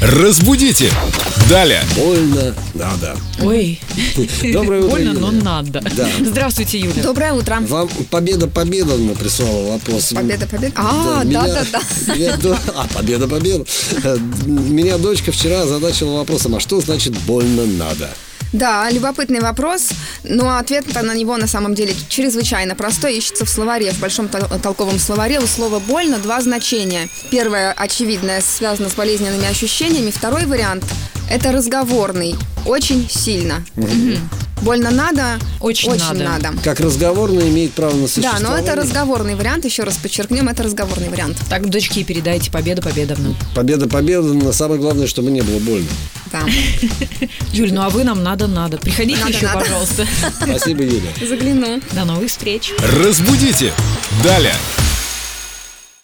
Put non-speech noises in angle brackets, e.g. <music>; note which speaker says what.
Speaker 1: Разбудите! Далее!
Speaker 2: Больно надо.
Speaker 3: Ой,
Speaker 2: Доброе утро,
Speaker 3: больно, но
Speaker 2: Юлия.
Speaker 3: надо.
Speaker 2: Да.
Speaker 3: Здравствуйте, Юля.
Speaker 4: Доброе утро.
Speaker 2: Вам Победа Победа мне прислала вопрос.
Speaker 4: Победа, победа. А, да, да, да.
Speaker 2: меня до- А, Победа Победа. Э, Меня дочка вчера озадачила вопросом, а что значит больно надо?
Speaker 4: Да, любопытный вопрос, но ответ на него на самом деле чрезвычайно простой. Ищется в словаре, в большом тол- толковом словаре у слова «больно» два значения. Первое, очевидное, связано с болезненными ощущениями. Второй вариант – это разговорный, очень сильно. Мгм. Больно надо,
Speaker 3: Очень надо.
Speaker 4: надо.
Speaker 2: Как разговорно имеет право на
Speaker 4: Да,
Speaker 2: существование.
Speaker 4: но это разговорный вариант, еще раз подчеркнем, это разговорный вариант.
Speaker 3: Так, дочке и передайте победа победовна.
Speaker 2: Победа Победа, но самое главное, чтобы не было
Speaker 4: <laughs>
Speaker 2: больно.
Speaker 4: Да.
Speaker 3: Юль, ну а вы нам надо-надо. Приходите
Speaker 4: Надо,
Speaker 3: еще,
Speaker 4: надо. <laughs>
Speaker 3: пожалуйста.
Speaker 2: Спасибо, Юля.
Speaker 4: Загляну.
Speaker 3: До новых встреч.
Speaker 1: Разбудите! Далее!